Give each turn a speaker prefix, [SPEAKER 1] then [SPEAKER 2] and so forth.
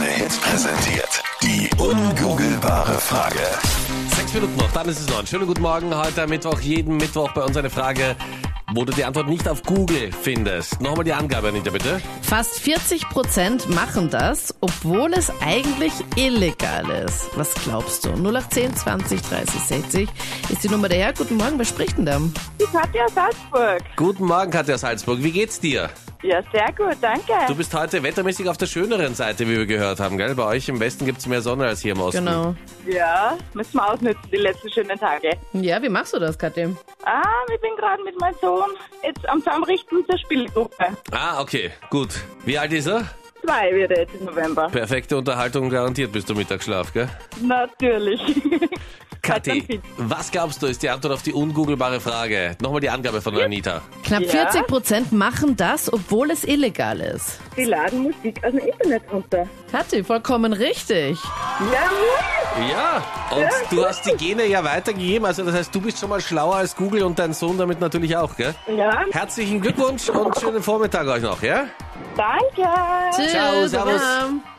[SPEAKER 1] Hits präsentiert die ungoogelbare Frage.
[SPEAKER 2] Sechs Minuten noch, dann ist es neun. Schönen guten Morgen heute am Mittwoch, jeden Mittwoch bei uns eine Frage, wo du die Antwort nicht auf Google findest. Nochmal die Angabe, Anita, bitte.
[SPEAKER 3] Fast 40 Prozent machen das, obwohl es eigentlich illegal ist. Was glaubst du? 0810 20 30 60 ist die Nummer daher. Guten Morgen, wer spricht denn da?
[SPEAKER 4] Die Katja aus Salzburg.
[SPEAKER 2] Guten Morgen, Katja aus Salzburg. Wie geht's dir?
[SPEAKER 4] Ja, sehr gut, danke.
[SPEAKER 2] Du bist heute wettermäßig auf der schöneren Seite, wie wir gehört haben, gell? Bei euch im Westen gibt's mehr Sonne als hier im Osten.
[SPEAKER 3] Genau.
[SPEAKER 4] ja, müssen wir ausnutzen, die letzten schönen Tage.
[SPEAKER 3] Ja, wie machst du das, Katja?
[SPEAKER 4] Ah, ich bin gerade mit meinem Sohn jetzt am Zusammenrichten zur Spielgruppe.
[SPEAKER 2] Ah, okay, gut. Wie alt ist er?
[SPEAKER 4] Zwei wird er jetzt im November.
[SPEAKER 2] Perfekte Unterhaltung garantiert bis zum Mittagsschlaf, gell?
[SPEAKER 4] Natürlich.
[SPEAKER 2] Kathi, was glaubst du, ist die Antwort auf die ungoogelbare Frage? Nochmal die Angabe von Anita.
[SPEAKER 3] Knapp
[SPEAKER 4] Ja.
[SPEAKER 3] 40 Prozent machen das, obwohl es illegal ist.
[SPEAKER 4] Die laden Musik aus dem Internet runter.
[SPEAKER 3] Kathi, vollkommen richtig.
[SPEAKER 4] Ja,
[SPEAKER 2] Ja, und du hast die Gene ja weitergegeben, also das heißt, du bist schon mal schlauer als Google und dein Sohn damit natürlich auch, gell?
[SPEAKER 4] ja.
[SPEAKER 2] Herzlichen Glückwunsch und schönen Vormittag euch noch, ja?
[SPEAKER 4] danke.
[SPEAKER 3] Tschüss.
[SPEAKER 2] Ciao, servus.
[SPEAKER 3] Baba.